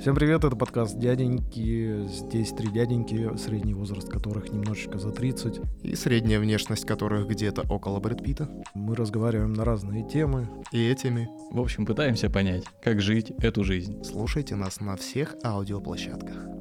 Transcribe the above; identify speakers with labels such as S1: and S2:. S1: Всем привет, это подкаст «Дяденьки». Здесь три дяденьки, средний возраст которых немножечко за 30.
S2: И средняя внешность которых где-то около Брэд Питта.
S1: Мы разговариваем на разные темы.
S2: И этими.
S3: В общем, пытаемся понять, как жить эту жизнь.
S2: Слушайте нас на всех аудиоплощадках.